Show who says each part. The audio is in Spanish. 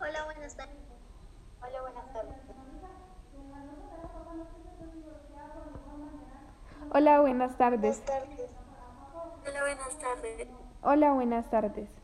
Speaker 1: Hola, buenas tardes.
Speaker 2: Hola, buenas tardes.
Speaker 3: Hola, buenas tardes.
Speaker 1: tardes.
Speaker 2: Hola, buenas tardes.
Speaker 3: Hola, buenas tardes.